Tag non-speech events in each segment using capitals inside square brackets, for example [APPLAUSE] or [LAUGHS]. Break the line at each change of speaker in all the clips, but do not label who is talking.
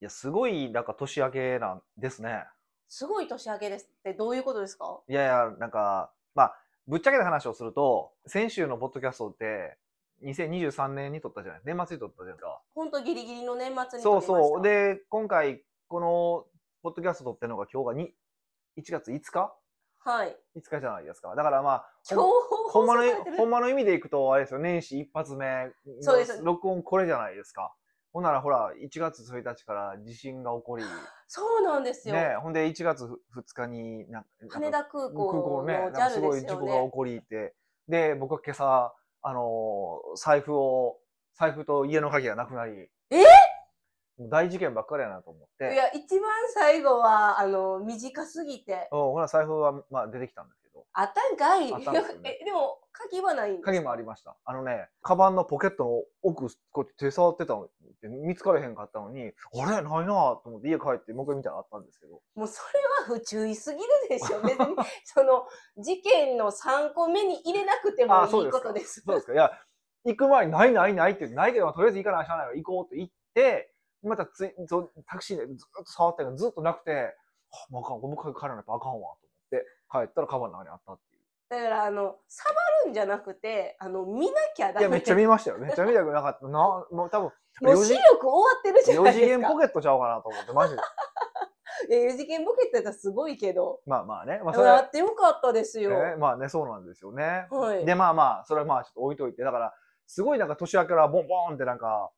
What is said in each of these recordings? や、すごい、なんか年明けなんですね。
すごい年明けですってどういうことですか
いやいや、なんか、まあ、ぶっちゃけた話をすると、先週のポッドキャストって、2023年に撮ったじゃない年末に撮ったじゃないですか。
本当ギリギリの年末に撮り
そ
ま
う
した
そう。で、今回、この、ポッドキャスト撮ってるのが今日がに1月5日
はい。
?5 日じゃないですか。だからまあ、ほん
今日
ほんまの
放送されてる
ほんまの意味でいくと、あれですよ、年始一発目
そうです
の録音これじゃないですか。ほんならほら、1月1日から地震が起こり、
そうなんですよ。
ね、ほんで1月2日になんか
羽田空
空港
港の
ね、なんかす
JAL
ご
で
い
す
事
よ
故が
ね
起。こりって、で、僕は今朝、あのー財布を、財布と家の鍵がなくなり、
え
もう大事件ばっかりやなと思っ
い
て、
や、一番最後は、あの、短すぎて、
うんほら財布は、まあ、出てきたんですけど、
あったんかい。
あったんですよね
[LAUGHS] え、でも、鍵はないんです
鍵もありました。あのね、カバンのポケットの奥、こうやって手触ってたのって見つからへんかったのに、あれないなぁと思って家帰ってもう一回見たらあったんですけど。
もうそれは不注意すぎるでしょ。別に、 [LAUGHS] その、事件の3個目に入れなくても
あそう
いい
です
こ
か
とです。
そうですか。いや、行く前にないないないって、ないけど、まあとりあえず行かないしゃあないわ行こうって行って、またついぞタクシーでずっと触ってるのずっとなくて、はあもうあかん、もう一回帰らないとあかんわと思って、帰ったらカバンの中にあったっていう。
だから、あの、触るんじゃなくて、あの、見なきゃダ
い
メ。
や、めっちゃ見ました
[LAUGHS]
よ。めっちゃ見たくなかった。な、もう多分、
も
四
う
次
視力終わって [LAUGHS] るじゃな
4
い
次
です
元
か。
ポケットちゃうかなと思って、マジで。
いや、四次元ポケットやったらすごいけど。
まあまあね。まあ、それ
や
は、
ってよかったです
え
よ。
ーまあね、そうなんですよね。
はい。
で、まあまあ、それはまあちょっと置いといて、だから、すごいなんか年明けからボンボンってなんか、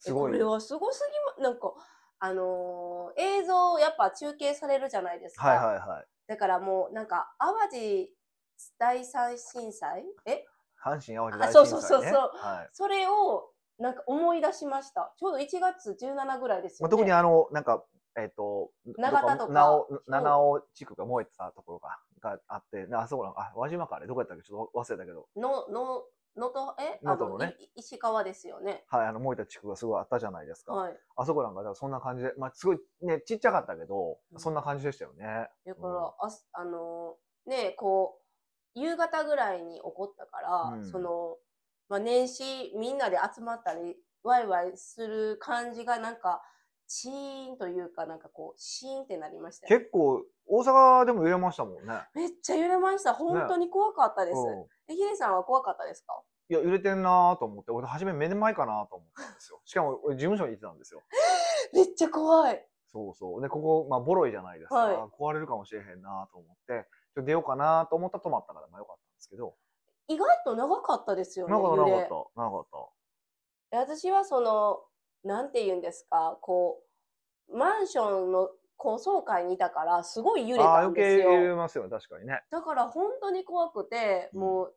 すごい。
えこれはすごすぎま、なんか、あのー映像やっぱ中継されるじゃないですか。
はいはいはい。
だからもう、なんか、淡路大震災え
阪神・淡路大震
あ
災、ね。
そうそうそうそう
はい
それを、なんか思い出しました。ちょうど1月17ぐらいです
まあ、
よ、ね。
特にあの、なんか、えっ、と、
長田とか
なお
そう
七尾地区が燃えてたところががあって、なあそこなんか、あ輪島かあれ、どこやったっけちょっと忘れたけど、
の、の、のと、え
能登のね
あいい石川ですよね。
はい、あの燃えた地区がすごいあったじゃないですか。
はい。
あそこなんか、だからそんな感じで、まあ、すごいね、ちっちゃかったけど、
うん
そんな感じでしたよね。
だから、あすあのーねこう夕方ぐらいに起こったから、
うん
その、まあ、年始みんなで集まったりワイワイする感じがなんかチーンというかなんかこうシーンってなりましたよ
結構、大阪でも揺れましたもんね。
めっちゃ揺れました本当に怖かったです、
うん
えヒデさんは怖かったですか
いや、揺れてんなーと思って、俺、初め目の前かなと思ったんですよ。しかも、俺、事務所に行ってたんですよ。
めっちゃ怖い
そうそう。で、ここ、まあ、ボロいじゃないですか。
はい
壊れるかもしれへんなーと思って、ちょっと出ようかなーと思ったら止まったから、まあ、よかったんですけど、
意外と長かったですよね
なかった、な
揺れ
かった、なかった。
で私はそのなんて言うんですかこうマンションの高層階にいたからすごい揺れ
ああー、
たん
余
です
計
よ。
揺れますよね、確かにね。
だから本当に怖くて、
うん
もう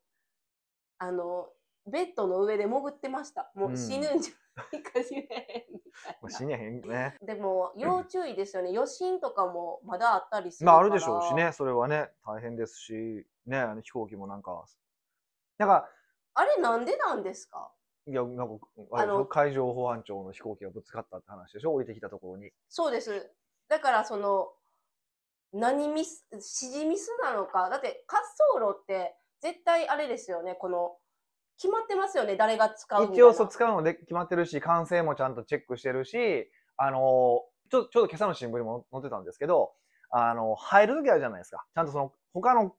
あのベッドの上で潜ってましたも
うん
う死ぬんじゃないかしれんみ
まあ、
た
死
い
にゃへんよね。
[LAUGHS] なでも要注意ですよね余震とかもまだあったりする
ま
から
あ、あるでしょうしね、それはね、大変ですし、ね、あの飛行機もなんか、なんか、
あれなんでなんですか
いや、なんか、あれでし
あ
ょ
の
海上保安庁の飛行機がぶつかったって話でしょ降りてきたところに。
そうですだからその何ミス指示ミスなのかだって滑走路って絶対あれですよねこの決まってますよね誰が使うみたいな
一応そう使うので決まってるし、完成もちゃんとチェックしてるし、あのーちょ、ちょうど今朝の新聞にも載ってたんですけど、あの、入るときあるじゃないですか。ちゃんとその、他の、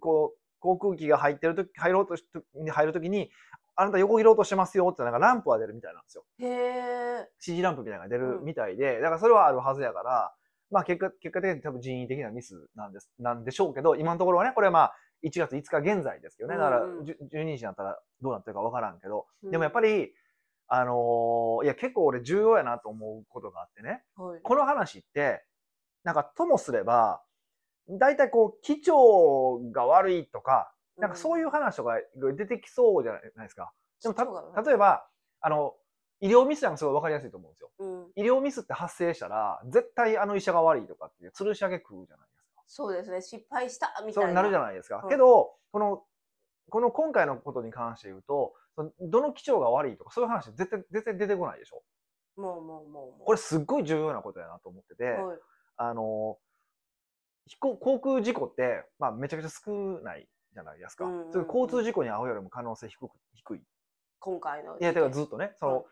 こう、航空機が入ってるとき、入ろうとし、入るときに、あなた横切ろうとしてますよって、なんかランプは出るみたいなんですよ。
へえ
指示ランプみたいなのが出る
うん
みたいで、だからそれはあるはずやから、まあ結果、結果的に多分人為的なミスなんです、なんでしょうけど、今のところはね、これはまあ1月5日現在ですけどね、だから
うんうん
じゅ12日になったらどうなってるかわからんけど、でもやっぱり、あのーいや、結構俺重要やなと思うことがあってね、
り、はい
この話って、なんかともすれば、大体こう、機長が悪いとか、なんかそういう話とか出てきそうじゃないですか。でもた
そうだね
例えば、あの、医療ミスなんかすごいわかりやすいと思うんですよ。
うん、
医療ミスって発生したら、絶対あの医者が悪いとかっていう、吊るし上げ食うじゃないですか。
そうですね失敗したみたい
そ
な
うなるじゃないですか。
はい
けど、この、この今回のことに関して言うと、そのどの機長が悪いとか、そういう話絶対、絶対出てこないでしょ。
もうもうもうもう。
これすっごい重要なことやなと思ってて、
はい
あの、飛行、航空事故って、まあめちゃくちゃ少ないじゃないですか。
うんうんうん
それ交通事故に遭うよりも可能性低く、低い。
今回の。
いや、だからずっとね、その、
はい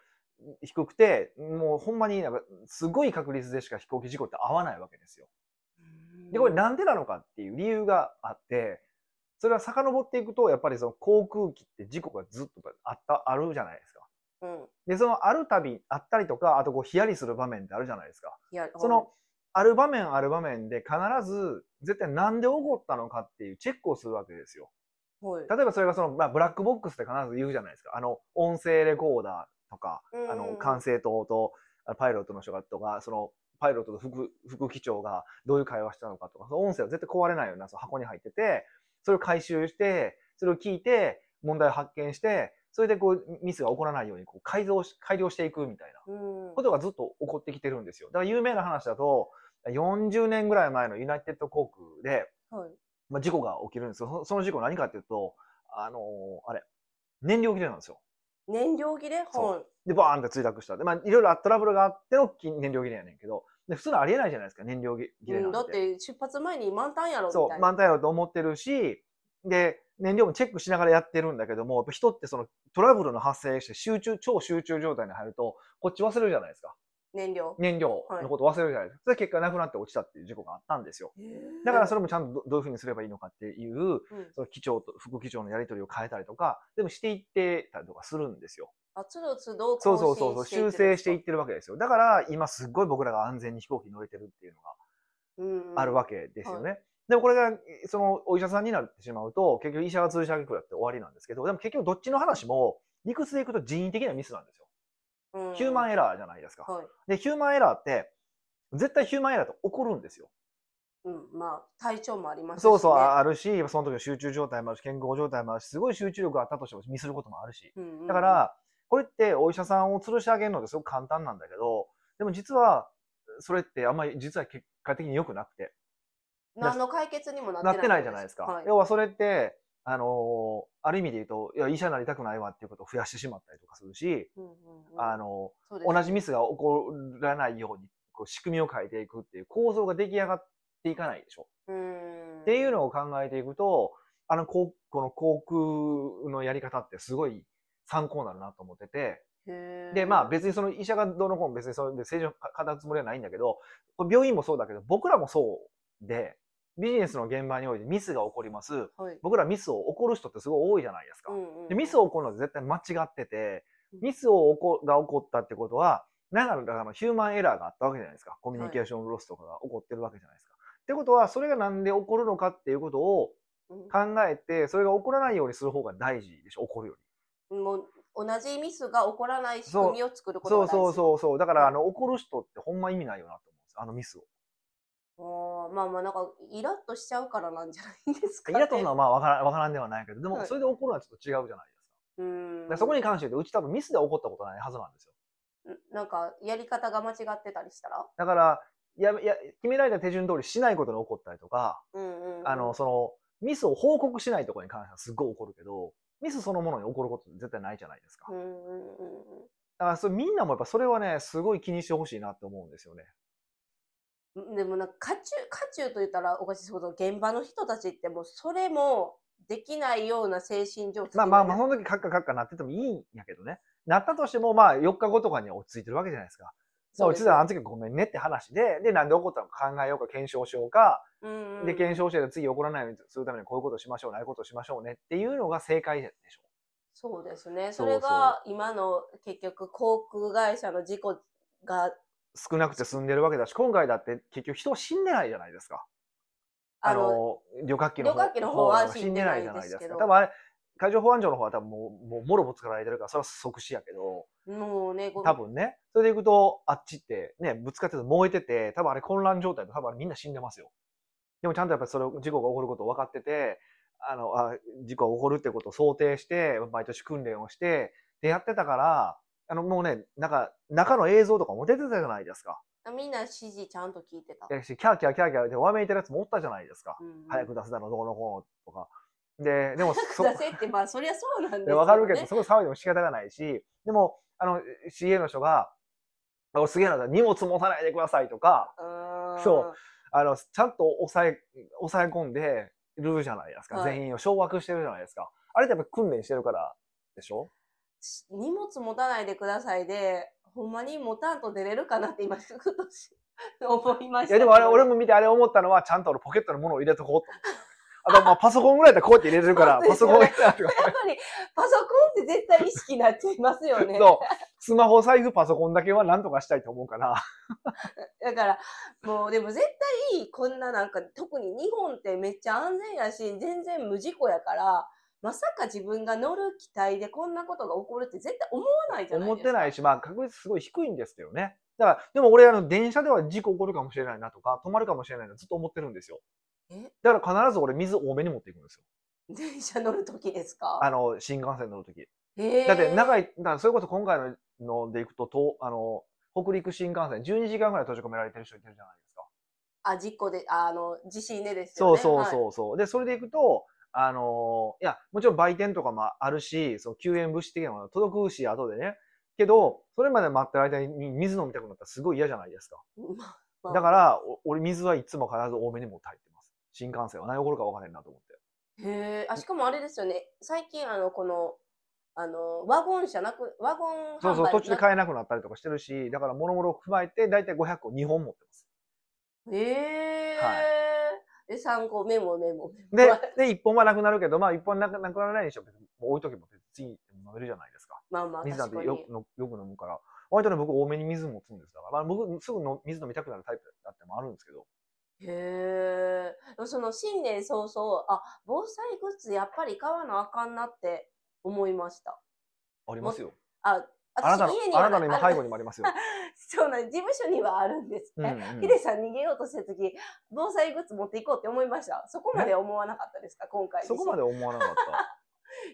低くて、もうほんまになんかすごい確率でしか飛行機事故って合わないわけですよ。で、これなんでなのかっていう理由があって、それは遡っていくと、やっぱりその航空機って事故がずっとあった、あるじゃないですか。
うん。
で、そのあるたび、あったりとか、あとこうヒヤリする場面ってあるじゃないですか。
いや、
その、ある場面ある場面で必ず、絶対なんで起こったのかっていうチェックをするわけですよ。
はい、
例えばそれがその、まあ、ブラックボックスって必ず言うじゃないですか。あの、音声レコーダーとか、
うん
あの、管制塔と、あのパイロットの人がとか、その、パイロットと副副機長がどういう会話したのかとか、その音声は絶対壊れないようなその箱に入ってて、それを回収して、それを聞いて、問題を発見して、それでこう、ミスが起こらないようにこう改造し、改良していくみたいな。
うん
こ。とがずっと起こってきてるんですよ。だから有名な話だと、40年ぐらい前のユナイテッド航空で、
はい。
まあ、事故が起きるんですよ。そその事故何かっていうと、あのーあれ、燃料切れなんですよ。
燃料切れ
そう
はい。
で、バーンって墜落した。で、まあ、いろいろトラブルがあってのき燃料切れやねんけど、で普通のありえないじゃないですか、燃料切切れ
う
なん。
ん、だってて出発前に満タンやろみたい
そ
な。
う、満タンやろうと思ってるし、で、燃料もチェックしながらやってるんだけども、やっぱ人ってそのトラブルの発生して集中、超集中状態に入ると、こっち忘れるじゃないですか。
燃料。
燃料のことを忘れるじゃないですか。それで結果なくなって落ちたっていう事故があったんですよ。だからそ
れ、
れもちゃんとどどういうふうにすればいいのかっていう、
うん
その機長と副機長のやり取りを変えたりとか、でもしていってたりとかするんですよ。
あ、つどつど
そう
更
そうそ
新
うそう、
していって
修正していってるわけですよ。だから今すっごい僕らが安全に飛行機に乗れてるっていうの
うんうん
があるわけですよね。でもこれが、えそのお医者さんになってしまうと、結局医者が通じ上げくやって終わりなんですけど、でも結局どっちの話も理屈でいくと人為的なミスなんですよ。
うん
ヒューマン
エ
エラーじゃないですか。
はい。
で、ヒューマンエラーって、絶対ヒューマンエラーって起こるんですよ。
うん、まあ、体調もありますし、ね。
そうそう、ああるし、その時の集中状態もあるし、健康状態もあるし、すごい集中力があったとしてもミスることもあるし。
うんうん
だから、これってお医者さんを吊るし上げるのってすごく簡単なんだけど、でも実は、それってあんまり実は結果的に良くなくて、
何の解決にもなって
な
ない
ってないじゃないですか。
はい、
要はそれって、あのーある意味で言うと、いや、医者になりたくないわっていうことを増やしてしまったりとかするし、
うんうんうん
あの
そうです
ー同じミスが起こらないように、こう仕組みを変えていくっていう構造が出来上がっていかないでしょ。
うーん
っていうのを考えていくと、あの、こうこの航空のやり方ってすごい参考になるなと思ってて、
へー
で、まあ別にその医者がどうのこうの別にそれで正常語るつもりはないんだけど、これ病院もそうだけど、僕らもそうで、ビジネスの現場においてミスが起こります。
はい
僕らミスを起こる人ってすごい多いじゃないですか
う。んうん
でミスを起こるのは絶対間違ってて
うん、
ミスを起こが起こったってことは、なんかだからヒューマンエラーがあったわけじゃないですか。コミュニケーションロスとかが起こってるわけじゃないですか。ってことは、それがなんで起こるのかっていうことを
うん
考えて、それが起こらないようにする方が大事でしょ、起こるより。
もう同じミスが起こらない仕組みを作ること
そ
が
う
大事
そうそうそう。だか
は
ら、
い
あの、起こる人ってほんま意味ないよなと思うんですよあのミスを。
あーまあまあなんかイラッとしちゃうからなんじゃないですか、
イ
ね、
ラッとするのはまあわからわからんではないけど、で
は
も、
い
それで起こるのはちょっと違うじゃないですか。
うー
だ
ん
からそこに関して言うと、うち多分ミスで起こったことないはずなんですよ。
なんかやり方が間違ってたりしたら、
だから、やや決められた手順通りしないことが起こったりとか、
うんうんうん
あの、その、ミスを報告しないところに関してはすっごい怒るけど、ミスそのものに怒ることって絶対ないじゃないですか。
う
だ
んうんうん
からそれみんなもやっぱそれはね、すごい気にしてほしいなって思うんですよね。
うんでもなんか渦中渦中と言ったらおかしいですけど現場の人たちってもうそれもできないような精神状態
まあまあまあ、その時カッカカッカなっててもいいんやけどね。なったとしても、まあ4日後とかには落ち着いてるわけじゃないですか。
そう
う
で
ち
す
らあの時はごめんねって話で、で、なんで起こったのか考えようか、検証しようか、
うんうん
で、検証して次起こらないようにするためにこういうことしましょう、ああいうことしましょうねっていうのが正解でしょ。
そうですね
そ
そう
そう
れが今の結局航空会社の事故が
少なくて済んでるわけだし、今回だって結局人死んでないじゃないですか。
あ
あ
の
の、旅客機の
旅客機の方は
死んでないじゃない
死んでないで
ですす
け
か。
ど
多分あれ、海上保安庁の方は多分もう、もう、もろぼつかられてるから、それは即死やけど、
もうねご
多分ね、それでいくと、あっちって、ね、ぶつかってて燃えてて、多分あれ混乱状態で、多分あれみんな死んでますよ。でもちゃんとやっぱりそれ、事故が起こることを分かってて、あの、あ事故が起こるってことを想定して、毎年訓練をして、でやってたから、あの、もうね、なんか、中の映像とかも出てたじゃないですか。
みんな指示ちゃんと聞いてた、
やし、キャーキャーキャーキャーでわめいてるやつもおったじゃないですか。
うん
早く出せだろ、どこのこうのとか。で、でもそ、
[LAUGHS] 出せってまあそりゃそうなんです
で
よ、ね、
わかるけど、すごい騒いでも仕方がないし、でも、あの、CA の人が、あすげえな、荷物持たないでくださいとか、
うーん
そうあの、ちゃんと抑え、抑え込んでるじゃないですか。
はい
全員を掌握してるじゃないですか。あれってやっぱ訓練してるからでしょ
し荷物持たないでくださいで、ほんまに持たんと出れるかなって今、ふとし思いました。
いやでもあれ、俺も見てあれ思ったのは、ちゃんと俺ポケットのものを入れとこうと思って。あと、まあ、パソコンぐらいだったらこうやって入れてるから、
[LAUGHS] そうで
パ
す
ソ
よ
コン
ね
入れたらとか。
やっぱりパソコンって絶対意識になっちゃいますよ
[LAUGHS]
ね。
そう。スマホ、財布、パソコンだけはなんとかしたいと思うから。
だからもうでも絶対こんななんか特に日本ってめっちゃ安全やし全然無事故やからまさか自分が乗る機体でこんなことが起こるって絶対思わないじゃない
思
ですか。。
ってないいし、まあ、確率すごい低いんですけどね。だから、でも俺、あの、電車では事故起こるかもしれないなとか、止まるかもしれないな、ずっと思ってるんですよ。
え
だから必ず俺、水多めに持っていくんですよ。
電車乗る時ですか
あの、新幹線乗るとき。
へえ
だって、長い、だからそれこそ今回ののでいくと、とあの、北陸新幹線、12時間ぐらい閉じ込められてる人いてるじゃないですか。
あ事故であの地震でですよ
そ
ね。
うそう
う。
そうそう。で、それでいくと、あのーいや、もちろん売店とかもあるし、その救援物資的なものが届くし、後でね。けど、それまで待ってる間に水飲みたくなったらすごい嫌じゃないですか。
まあまあ
だから、お俺水はいつも必ず多めに持って入ってます。新幹線は何起こるか分からへんなと思って。
へえあしかもあれですよね最近あのこのあのワゴン車なくワゴン販売
そうそう、途中で
なく
買えなくなったりとかしてるし、だから諸々を踏まえて、だいたい500個2本持ってます。
ええ
は
で参考メモメモメモ
で、で、1本はなくなるけど、まあ1本なくなくならないでしょ。別にもう置いとけば別に次飲めるじゃないですか。
[LAUGHS] まあまあ
水なん
確
て
か
よ
に
く。のよく飲むから、割とね、僕多めに水持つんですだから、まあ、僕すぐの水飲みたくなるタイプだってもあるんですけど、
へえ。でもその新年早々、あ、防災グッズやっぱり買わなあかんなって思いました。
ありますよ。
あ、
あなたの、あなたの今背後
に
にもあります
[LAUGHS]
よ。
あそうなんです事務所にはあるんです
うんう
ね。
ん
ヒデさん逃げようとした時、防災グッズ持っていこうって思いました。そこまで思わなかったですか、今回。
そこまで思わなかった。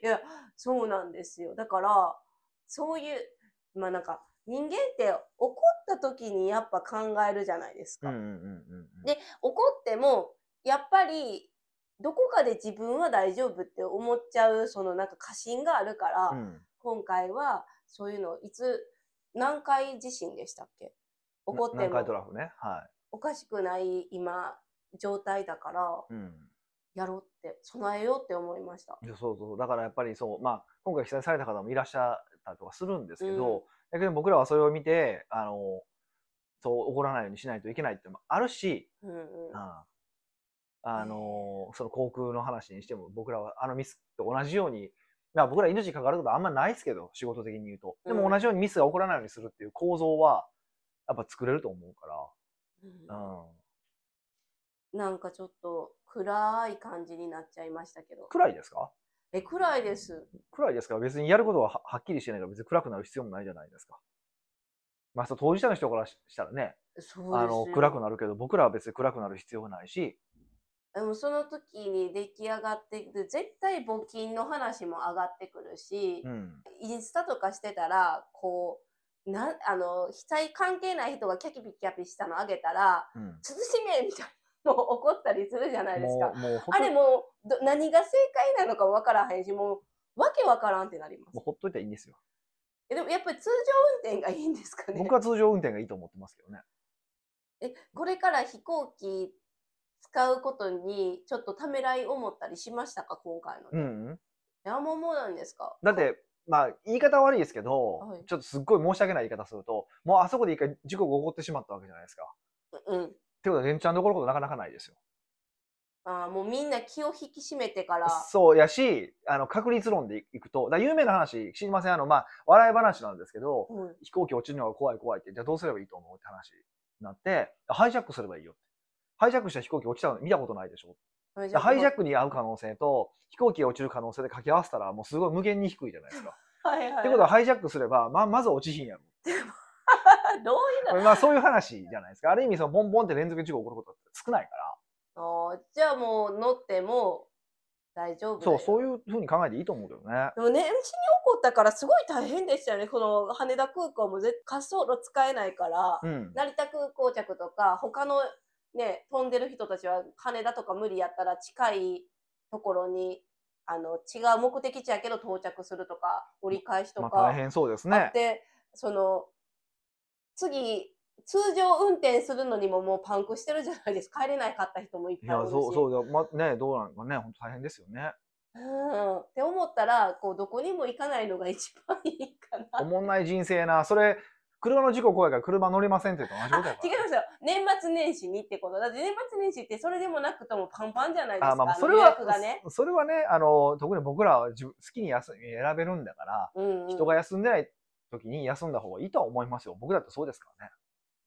いや、そうなんですよ。だから、そういう、まあなんか、人間って怒った時にやっぱ考えるじゃないですか。
うんうんうんうんうん。
で怒ってもやっぱりどこかで自分は大丈夫って思っちゃうそのなんか過信があるから、
うん
今回はそういうのをいつ南海地震でしたっけ怒って
南海ト
も
ラフね。は
おかしくない今状態だから
い。うん。
やろうって備えようって思いました。
いやそうそうそう。だからやっぱりそう、まあ、今回被災された方もいらっしゃったりとかするんですけど、
うん
だけど僕らはそれを見て、あの、そう、怒らないようにしないといけないってのもあるし、
うんうん、
ああのーその航空の話にしても僕らはあのミスと同じように、まあ、僕ら命に関わることはあんまないですけど仕事的に言うとで
う
も
ん
同じようにミスが起こらないようにするっていう構造はやっぱ作れると思うから、うん、
なんかちょっと暗い感じになっちゃいましたけど。
暗いですか
え、暗いです。
暗いですから別にやることはははっきりしてないから別に暗くなる必要もないじゃないですか。まあ、そう当事者の人からししたらね
そうですよ
あの暗くなるけど僕らは別に暗くなる必要はないし、
でもその時に出来上がってくる絶対募金の話も上がってくるし
う、ん、
インスタとかしてたらこうなあの被災関係ない人がキャキピキャピしたのあげたら
うん
「涼しめ!」みたいなの怒ったりするじゃないです
も
か
うもうほっ
あ
とい
れもうど何が正解なのか分からへんしもうわけ分からんってなりま
もう
す
ほっといたらいいんですよ。
えでもやっぱり通常運転がいいんですかね
僕は通常運転がいいと思ってますけどね。
えこれから飛行機使うことにちょっとためらい思ったりしましたか今回ので
うん、うん
いやもうもうなんですか
だって、まあ、言い方は悪いですけど、
はい
ちょっとすっごい申し訳ない言い方すると、もうあそこで一回事故が起こってしまったわけじゃないですか。っ
うん
てことは、連チャンで起こることなかなかないですよ。
あーもうみんな気を引き締めてから
そうやし、あの、確率論でいくと、だから有名な話、知りません、あの、まあ、笑い話なんですけど、
うん
飛行機落ちるのが怖い怖いって、じゃあどうすればいいと思うって話になって、ハイジャックすればいいよって。ハイジャックした飛行機落ちたの見たことないでしょ。
ハイジ
だからハイジャッ
ク
クに合う可能性と、飛行機が落ちる可能性で掛け合わせたら、もうすごい無限に低いじゃないですか。
はいはい
ってことは、ハイジャックすれば、まあ、まず落ちひん
[LAUGHS]
やろ。
どういう
まあそういう話じゃないですか。ある意味、そのボンボンって連続事故起こることって少ないから。
のあーじゃあもう乗っても大丈夫だ
そ
よ
う、そういうふうに考えていいと思うけどね。
でも年始に起こったからすごい大変でしたよねこの羽田空港もぜ滑走路使えないから、
うん。
成田空港着とか他のね飛んでる人たちは羽田とか無理やったら近いところにあの違う目的地やけど到着するとか折り返しと
ま
か、
あ大変そうです
あっ
ね。
てその次通常運転するのにももうパンク [LAUGHS] してるじゃないですか帰れないかった人もいっ
い
ぱい
や
お、るし
そう、そうだ、まあね、どうなんかね、本当大変ですよね。
うん、って思ったらこうどこにも行かないのが一番いいか [LAUGHS] な。
おもんない人生やな。それ、車の事故怖いから車乗りませんって言うと同じことや
違い
か
ますよ年末年始にってことだって年末年始ってそれでもなくともパンパンじゃないです
ら。
か
あまあまあ、
の
それ
予
は
約がね、、
そそれはね、あの、特に僕らは自分好きに休み選べるんだから、
うんうん
人が休んでない時に休んだ方がいいとは思いますよ。僕だってそうですからね。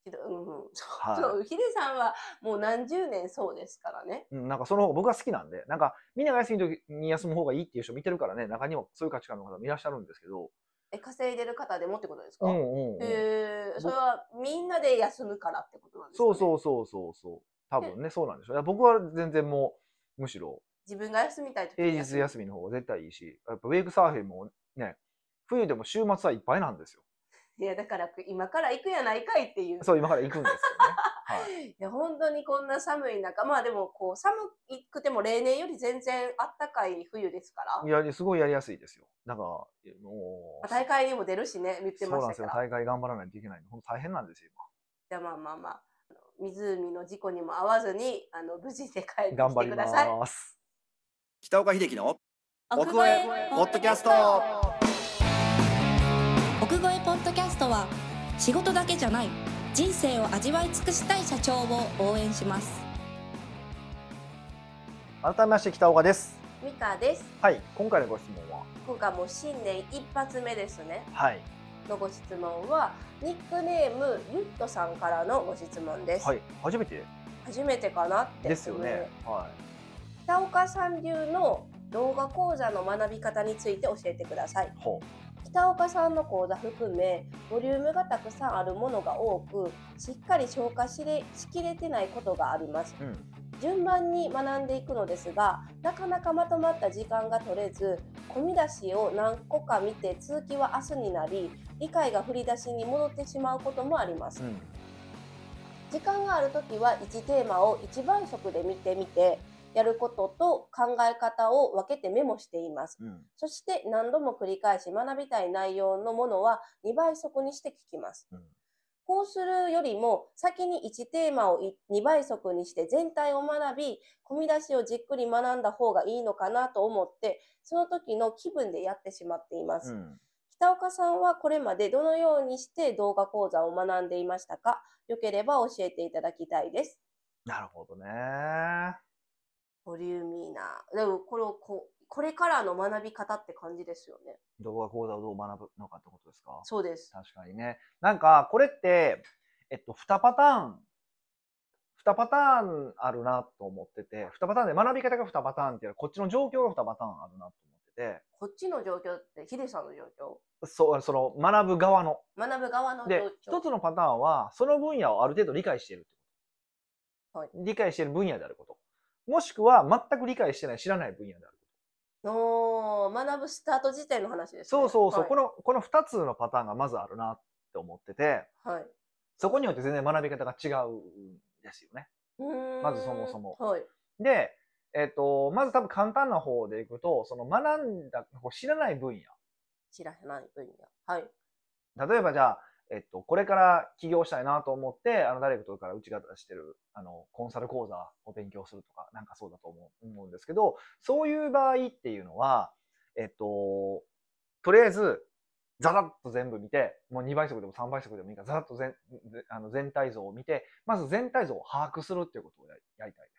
ひどうんうん
はい
そうヒデさんはもう何十年そうですからね
うん、なんかその方が僕は好きなんで、なんかみんなが休みの時に休む方がいいっていう人見てるからね、中にもそういう価値観の方もいらっしゃるんですけど、
え稼いでる方でもってことですか、
うん
へ
うんうん、
えそれはみんなで休むからってことなんですか、ね、
そうそうそうそうそう、多分ね、そうなんでしょう。だから僕は全然もう、むしろ
自分が休みたい時
平日
む
休みの方が絶対いいし、やっぱウェイクサーフィンもね、冬でも週末はいっぱいなんですよ。
いやだから今から行くやないかいっていう
そう、今から行くんですよね。はい
や本当にこんな寒い中まあでもこう寒くても例年より全然あったかい冬ですから [LAUGHS]
い。やり、すごいやりやすいですよ。なんか、もう、
まあ大会にも出るしね言って
そう
ま
なん
し
で
た
す
か
よ。
ら
大会頑張らないといけないんで、本当大変なんですよ、
じゃあまあまあまああの湖の事故にも遭わずにあの無事で帰って
今。頑
き
張
て
り
ください。
ます。
北岡秀樹の奥越えポッドキャスト
奥越えポッドキャストは仕事だけじゃない人生を味わい尽くしたい社長を応援します
改めまして北岡です。
ミカです
はい、今回のご質問は、
今回もう新年一発目ですね
はい、
のご質問はニックネームゆっとさんからのご質問です、
はい、初めて
初めてかなって
ですよね。は
北岡さん流の動画講座の学び方について教えてください
い、ほ
北岡さんの講座含めボリュームがたくさんあるものが多くしっかり消化しれしきれてないことがあります
う、うん、
順番に学んでいくのですがなかなかまとまった時間が取れず込み出しを何個か見て続きは明日になり理解が振り出しに戻ってしまうこともあります
うん、
時間がある時は1テーマを1倍速で見てみてやることと考え方を分けてメモしています
うん、
そして何度も繰り返し学びたい内容のものは2倍速にして聞きます。
うん
こうするよりも先に1テーマを2倍速にして全体を学び、込み出しをじっくり学んだ方がいいのかなと思って、その時の気分でやってしまっています。
うん、
北岡さんはこれまでどのようにして動画講座を学んでいましたかよければ教えていただきたいです。
なるほどね。
ボリューミーな。でもこれをこうこれからの学び方って感じですよね。
動画講座をどう学ぶのかってことですか。
そうです。
確かにね。なんか、これって、えっと、2パターン、2パターンあるなと思ってて、2パターンで学び方が2パターンっていうよりこっちの状況が2パターンあるなと思ってて、
こっちの状況ってヒデさんの状況
そう、その、学ぶ側の。
学ぶ側の状
で、
況
一つのパターンは、その分野をある程度理解しているってこと。
はい
理解している分野であること。もしくは、全く理解してない、知らない分野であるこ
の学ぶスタート時点の話で
と。
す、ね、
そうそうそう。
はい
この、この二つのパターンがまずあるなって思ってて、
はい、
そこによって全然学び方が違うんですよね。
うーん
まずそもそも
はい
で、えっ、と、まず多分簡単な方でいくと、その学んだ、こう知らない分
知らない分野はい
野。例えばじゃあ、えっと、これから起業したいなと思って、あの、ダイレクトからうちが出してる、あの、コンサル講座を勉強するとか、なんかそうだと思う思うんですけど、そういう場合っていうのは、えっと、とりあえず、ざざっと全部見て、もう2倍速でも3倍速でもいいから、ざざっと全ぜあの全体像を見て、まず全体像を把握するっていうことをややりたいです。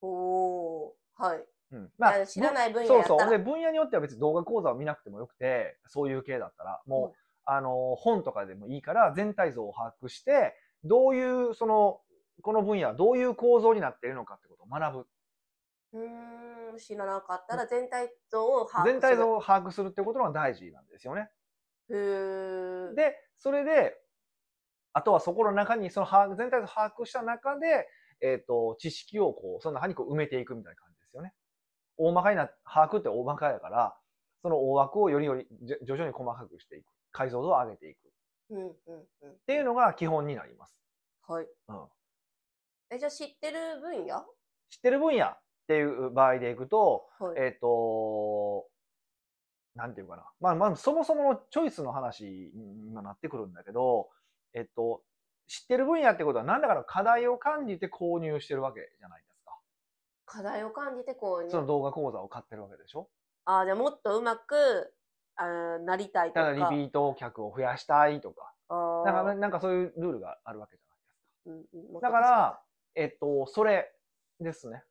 おおーはい
うん。ま
あの知らない分野
そ
や
う
った
そう。
ら
で、分野によっては別に動画講座を見なくてもよくて、そういう系だったら、もう、あの、本とかでもいいから、全体像を把握して、どういう、その、この分野はどういう構造になっているのかってことを学ぶ。
うーん知らなかったら全体像を把握する
全体像を把握するってことが大事なんですよね。
へー
で、それで、あとはそこの中に、その把握全体像を把握した中で、えっ、と、知識をこう、その中にこう埋めていくみたいな感じですよね。大まかにな、把握って大まかやから、その大枠をよりよりじょ徐々に細かくしていく。解像度を上げていく。
うんうんうん
っていうのが基本になります。
はい
うん
えじゃあ知ってる分野は
知ってる分野っていう場合でいくと、
い
えっ、と、なんていうかな。まあ、まあ、そもそものチョイスの話に今なってくるんだけど、えっと、知ってる分野ってことは何らかの課題を感じて購入してるわけじゃないですか。
課題を感じてこう
その動画講座を買ってるわけでしょ
あーじゃあもっとうまくあーなりたいと
だ
か
からリピート客を増やしたいとか、
あー
なんかねなんかそういうルールがあるわけじゃないですか。
うんうんもっと
だから、えっと、それですね。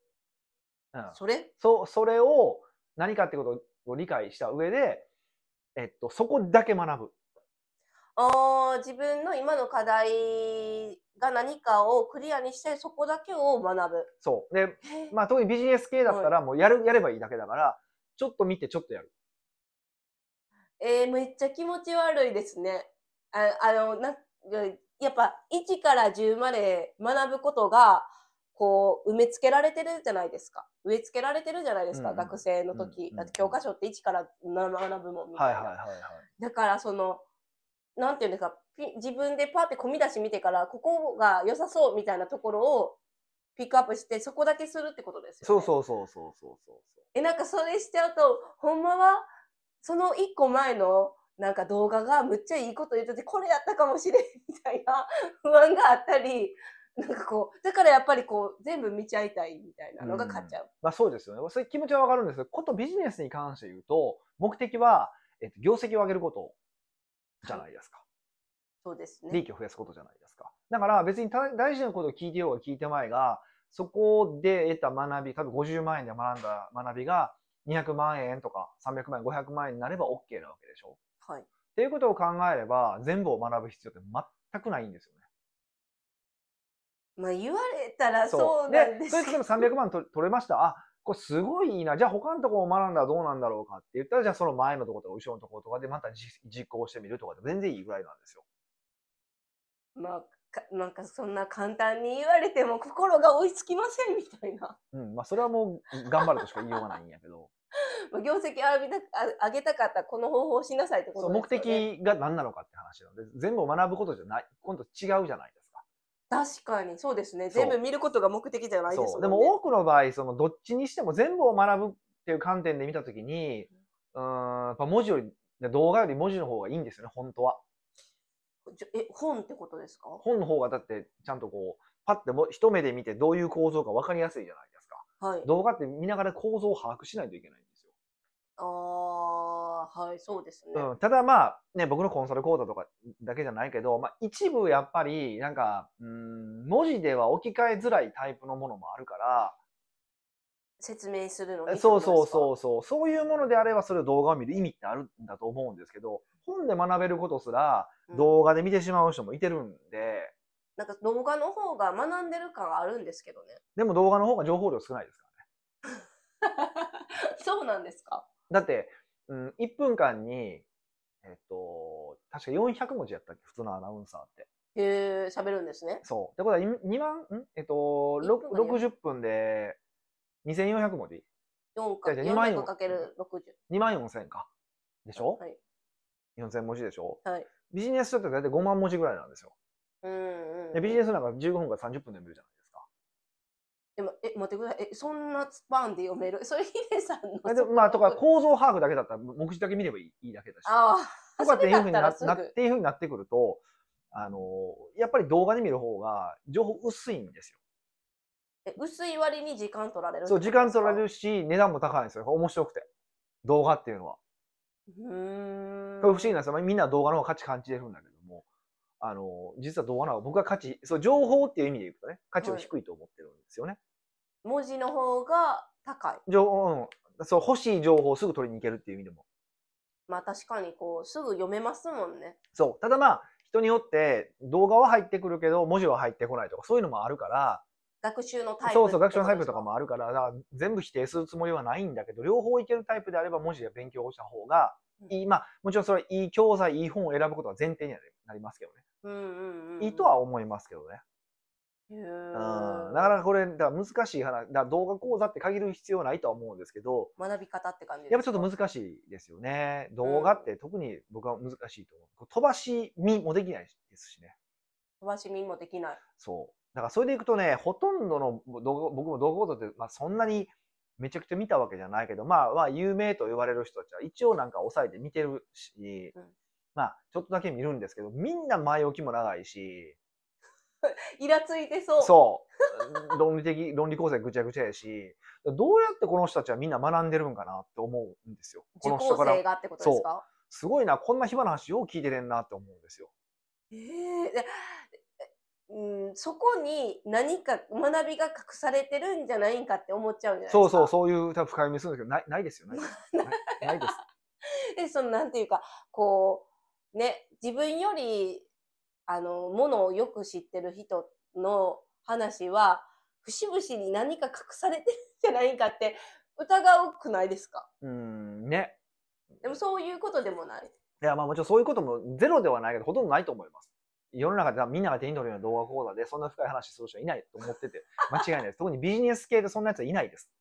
うん。
それ
そ、それを何かってことを理解した上で、えっと、そこだけ学ぶ。
あー自分の今の課題が何かをクリアにしてそこだけを学ぶ。
そう。で、まあ、特にビジネス系だったら、もうやる、やればいいだけだから、ちょっと見て、ちょっとやる。
えー、めっちゃ気持ち悪いですね。ああのなやっぱ1から10まで学ぶことがこう埋め付けられてるじゃないですか植え付けられてるじゃないですか、
うんうん
学生の時、
うんうん
だって教科書って1から学ぶもんみたいな、
い。
だからそのなんていうんですかピ自分でパーって込み出し見てからここが良さそうみたいなところをピックアップしてそこだけするってことですよ、ね、
そうそうそうそうそうそうそう。
え、なんかそれしちゃうと、ほんまは、その一個前の、なんか動画がむっちゃいいこと言ってて、これやったかもしれんみたいな [LAUGHS] 不安があったり、なんかこう、だからやっぱりこう、全部見ちゃいたいみたいなのが勝っちゃう。
まあそうですよね。そういう気持ちはわかるんですけど、ことビジネスに関して言うと、目的は、えっと、業績を上げることじゃないですか。
そうです
利
ね。
益を増やすことじゃないですか。だから別にた大事なことを聞いてようが聞いてまいが、そこで得た学び、多分50万円で学んだ学びが200万円とか300万円、500万円になれば OK なわけでしょ。
はい。
っていうことを考えれば、全部を学ぶ必要って全くないんですよね。
まあ言われたらそうなんです
それで例えば300万取取れました。あ、これすごいいいな。じゃあ他のところを学んだらどうなんだろうかって言ったら、じゃあその前のところとか後ろのところとかでまた実実行してみるとかで全然いいぐらいなんですよ。
まあ、かなんかそんな簡単に言われても心が追いつきませんみたいな。 [LAUGHS]
うん。まあそれはもう頑張るとしか言いようがないんやけど。
まあ業績上げたあ上げたかったらこの方法をしなさいって
[LAUGHS]
こ
そ
と
う
ですよ
目
ね。
的が何なのかって話なので、全部を学ぶことじゃない、今度違うじゃないですか。
確かに、そうですね。
そう
全部見ることが目的じゃないで
そ
すもん
う。
ね。
でも多くの場合、そのどっちにしても全部を学ぶっていう観点で見たときに、うーん、やっぱ文字より、動画より文字の方がいいんですよね、本当は。
じゃえ、本ってことですか
本の方がだって、ちゃんとこう、パッても一目で見てどういう構造か分かりやすいじゃないですか。
はい。
動画って見ながら構造を把握しないといけないんですよ。
ああ、はい、そうですね。
うん、ただまあね、僕のコンサル講座とかだけじゃないけど、まあ一部やっぱりなんか、うん、文字では置き換えづらいタイプのものもあるか
説明するの
ら、
に。
そうそうそうそう、そういうものであればそれを動画を見る意味ってあるんだと思うんですけど、本で学べることすら
うん
動画で見てしまう人もいてるんで、
なんか動画の方が学んでる感あるんですけどね。 [LAUGHS]
でも動画の方が情報量少ないですからね。
そうなんですか
だって、うん、1分間に、えっと、確か400文字やったっけ普通のアナウンサーって。
へえ、喋るんですね。
そう。ってことは、い2万、んえっと、ろ
一分が
60分で、2400文字
4か、
いやいや二万円
400かける60。
?2 万4000か。でしょ、
はい。
?4000 文字でしょ
はい。
ビジネス書って大体5万文字ぐらいなんですよ。
うんうん。
でビジネス書なんか15分から30分で見るじゃないですか。
でも、え、待ってください。え、そんなスパンで読めるそ [LAUGHS] れ、ヒデさん
え
の。
でまあ、とか、構造把握だけだったら、目次だけ見ればいいいいだけだし。
ああ、
とかっていうふうにな
それ
な
だ
っ
ったらすぐ
ていうふうになってくると、あのーやっぱり動画で見る方が情報薄いんですよ。
え薄い割に時間取られる。
そう、時間取られ
る。
るし、値段も高いんですよ。面白くて。動画っていうのは。
うーん。
これ不思議なんですよ。みんな動画の方が価値感じてるんだけども、あの、実は動画の方が僕は価値、そう、情報っていう意味で言うとね、価値は低いと思ってるんですよね。
文字の方が高い。
情報、うん、そう、欲しい情報をすぐ取りに行けるっていう意味でも。
まあ確かにこう、すぐ読めますもんね。
そう。ただまあ、人によって動画は入ってくるけど、文字は入ってこないとか、そういうのもあるから、
学習のタイプ。
そうそう、学習のタイプとか。もあるから、だから全部否定するつもりはないんだけど、両方いけるタイプであれば文字で勉強をした方がいい。まあ、もちろんそれはいい教材、いい本を選ぶことは前提にはなりますけど
うんうんうん。
ね。いいとは思いますけどね。
へ
う
ー。
んなかなかこれ、だから難しい話、だから動画講座って限る必要はないとは思うんですけど、
学び方って感じですか
やっぱちょっと難しいですよね。動画って特に僕は難しいと思う。飛ばし見もできないですしね。
飛ばし見もできない。
そう。だからそれでいくとね、ほとんどの動画僕も動画講座って、まあ、そんなにめちゃくちゃ見たわけじゃないけど、まあ、まあ、有名と言われる人たちは一応なんか抑えて見てるし、
うん
まあ、ちょっとだけ見るんですけど、みんな前置きも長いし、
イラついてそう。
そう。論理的、論理構成ぐちゃぐちゃやし、どうやってこの人たちはみんな学んでるんかなって思うんですよ。こ
受
の人
講
か
生
ら。
がってことですか
すごいな、こんな暇な話よう聞いてれんなって思うんですよ。
ええでうん、そこに何か学びが隠されてるんじゃないんかって思っちゃうんじゃないですか。
[LAUGHS] そうそう、そういう多分深読みするんですけど、ないないです [LAUGHS] よ、ないです。ないないです。
でそのなんていうかこうね自分よりあのものをよく知ってる人の話は節々に何か隠されてるんじゃないかって疑うくないですか
うーん、ね。
でもそういうことでもない。
いや、まあもちろんそういうこともゼロではないけど、ほとんどないと思います。世の中ではみんなが手に取るような動画講座で、そんな深い話する人はいないと思ってて、 [LAUGHS] 間違いないです。特にビジネス系でそんなやつはいないです。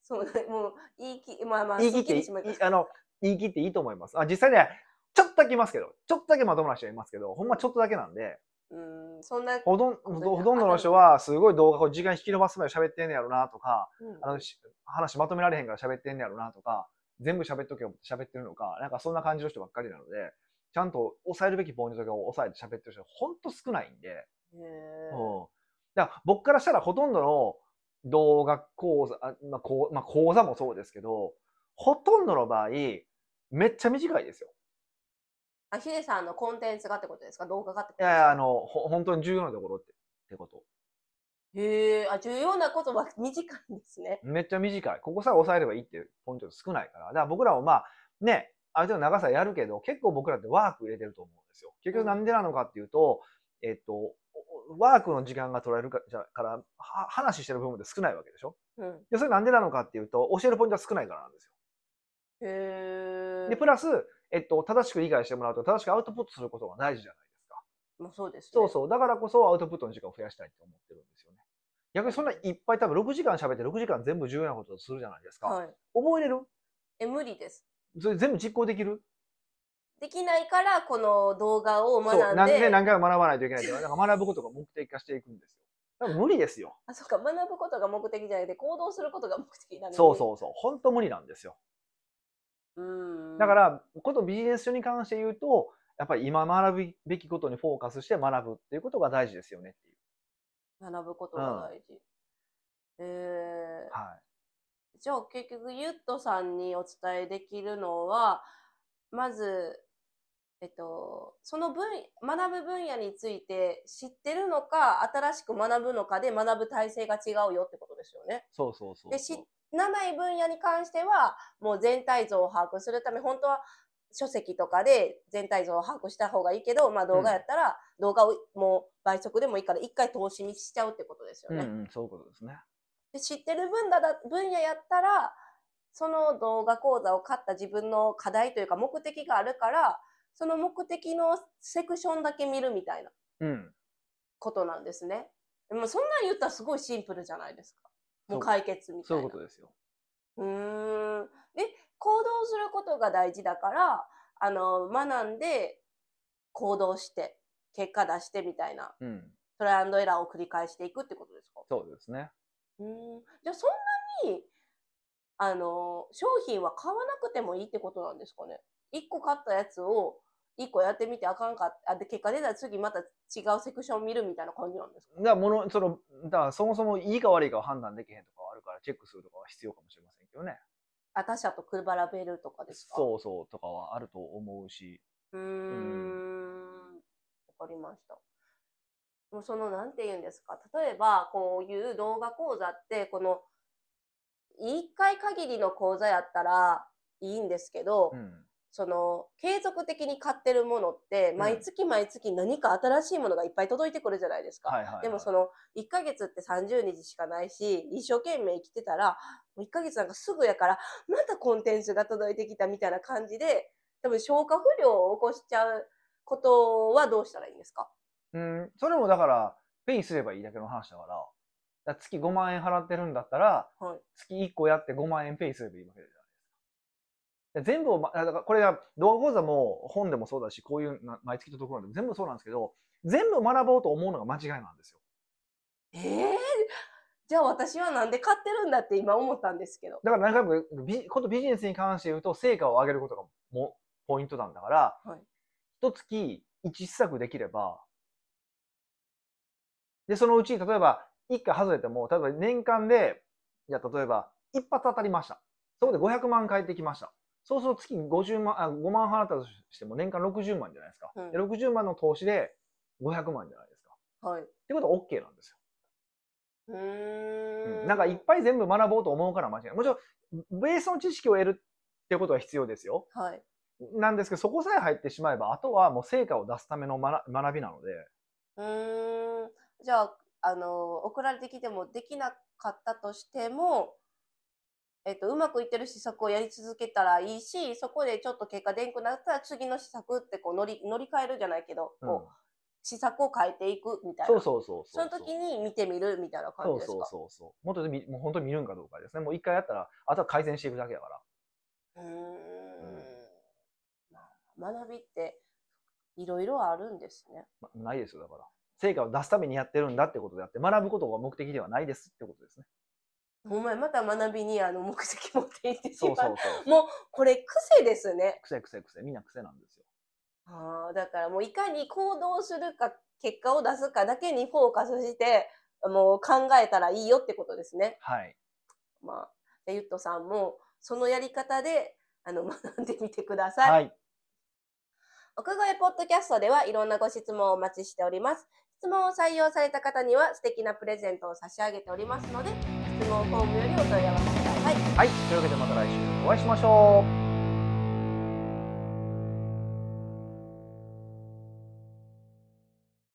そう [LAUGHS] ね、もう言いきまあまあ
言い切ってい
て
い [LAUGHS]
しまいまし
あの言い切っていいと思います。あ実際ね、ちょっとだけいますけど、ちょっとだけまともな人はいますけど、ほんまちょっとだけなんで、
うんそんな、
ほとん
当に
ほとんどの人はすごい動画を時間引き延ばすまで喋ってんねやろなとか、
うん
あのし話まとめられへんから喋ってんねやろなとか、全部喋っとけよって喋ってるのか、なんかそんな感じの人ばっかりなので、ちゃんと抑えるべきポイントとかを抑えて喋ってる人、ほんと少ないんで、
へえ
うん、だから僕からしたらほとんどの動画講座、あまあこうまあ、講座もそうですけど、ほとんどの場合、めっちゃ短いですよ。
あヒデさんのコンテンツがってことですか動画がってこ
い
と
や
で
い
す
や、
か
あの、ほ本当に重要なところってってこと。
へえあ重要なことは短いんですね。
めっちゃ短い。ここさえ抑えればいいっていうポイント少ないから。だから僕らもまあ、ね、ある程度長さやるけど、結構僕らってワーク入れてると思うんですよ。結
う
局
ん
なんでなのかっていうと、えっと、おおワークの時間が取られるかじゃから、は話してる部分で少ないわけでしょ。
うん、
で、それなんでなのかっていうと、教えるポイントは少ないからなんですよ。
へえ
で、プラス、えっと、正しく理解してもらうと、正しくアウトプットすることが大事じゃないですか。
もうそうです、ね。
そうそう。だからこそ、アウトプットの時間を増やしたいと思ってるんですよね。逆にそんないっぱい多分6時間喋って6時間全部重要なことをするじゃないですか。
はい。
覚えれる
え無理です。
それ全部実行できる
できないからこの動画を学ん
そう。なん
で
で何回も学ばないといけないというか、なんか学ぶことが目的化していくんですよ。だから無理ですよ。
あそうか学ぶことが目的じゃなくて行動することが目的なので
そうそうそう。本当無理なんですよ。
うーん
だから、ことビジネス書に関して言うと、やっぱり今学ぶべきことにフォーカスして学ぶっていうことが大事ですよねっていう。
学ぶことが大事、えー
はい。
じゃあ結局ゆっとさんにお伝えできるのはまずえっとその分学ぶ分野について知ってるのか新しく学ぶのかで学ぶ体制が違うよってことですよね
そうそうそうそう。
で知らない分野に関してはもう全体像を把握するため本当は書籍とかで全体像を把握した方がいいけど、まあ、動画やったら動画をもう倍速でもいいから一回投資にしちゃうってことですよ
うん
ね。
うん、そういうことですね。
で知ってる分だだ分野やったらその動画講座を買った自分の課題というか目的があるからその目的のセクションだけ見るみたいな
うん。
ことなんですね。でもそんなん言ったらすごいシンプルじゃないですか。も
そう
う解決みた
そ
いな。
ういうことですよ。
うーん。で、行動することが大事だから、あの、学んで、行動して、結果出してみたいな、
うん。
トライアンドエラーを繰り返していくってことですか
そうですね。
うーん。じゃあ、そんなに、あの、商品は買わなくてもいいってことなんですかね。一個買ったやつを、一個やってみてあかんかった。あで、結果出たら次また違うセクション見るみたいな感じなんですか
だから、もの、その、だから、そもそもいいか悪いかを判断できへんとかはあるから、チェックするとかは必要かもしれませんけどね。
あ、他者と比べるとかですか
そうそうとかはあると思うし。
うーん。わかりました。もうその、なんて言うんですか。例えば、こういう動画講座って、この、一回限りの講座やったらいいんですけど、
うん。
その、継続的に買ってるものって、
ん
毎月毎月何か新しいものがいっぱい届いてくるじゃないですか。
はいはい、はい。
でもその1ヶ月って30日しかないし一生懸命生きてたらもう1ヶ月なんかすぐやからまたコンテンツが届いてきたみたいな感じで多分消化不良を起こしちゃうことはどうしたらいいんですか
うん。それもだから、ペイすればいいだけの話だから、だから月5万円払ってるんだったら、
はい
月1個やって5万円ペイすればいいわけじゃないですか。全部を、ま、あだからこれが動画講座も本でもそうだし、こういうな毎月のところでも全部そうなんですけど、全部学ぼうと思うのが間違いなんですよ。
えー、じゃあ私はなんで買ってるんだって今思ったんですけど。
だから何回もビことビジネスに関して言うと、成果を上げることがもポイントなんだから、
はい
一月一施策できれば、で、そのうち、例えば、1回外れても、例えば年間で、じゃあ例えば、一発当たりました。そこで500万返ってきました。そうすると月50万、あ5万払ったとしても、年間60万じゃないですか。
うん
で60万の投資で500万じゃないですか。
はい。
ってことは OK なんですよ。
うー。
うんんなんかいっぱい全部学ぼうと思うから間違いない。もちろん、ベースの知識を得るってことは必要ですよ。
はい。
なんですけど、そこさえ入ってしまえば、あとはもう成果を出すための学学びなので、
うーん。じゃあ、あの、送られてきてもできなかったとしても、えっと、うまくいってる施策をやり続けたらいいし、そこでちょっと結果出んくなったら次の施策ってこう乗り、乗り換えるじゃないけど、
うん
こう、施策を変えていくみたいな。
そうそうそうそう。
その時に見てみるみたいな
そ
感
う
じです
そう
か。
そうそう。もっとで見もう本当に見るんかどうかですね。もう一回やったら、あとは改善していくだけだから。
うーん。まあ学びっていろいろあるんですね。
まないですよ、だから。成果を出すためにやってるんだってことであって、学ぶことが目的ではないですってことですね。
お前また学びにあの目的持っていってし
そ
ま
う
う。
そうそう。
もうこれ癖ですね。
癖癖癖。みんな癖なんですよ。
あーだからもういかに行動するか結果を出すかだけにフォーカスしてもう考えたらいいよってことですね。
はい。
まあ、でゆっとさんもそのやり方であの [LAUGHS] 学んでみてください。
はい。
奥越ポッドキャストではいろんなご質問をお待ちしております。質問を採用された方には素敵なプレゼントを差し上げておりますので、質問フォームよりお問い合わせください。
はい。というわけでまた来週お会いしましょう。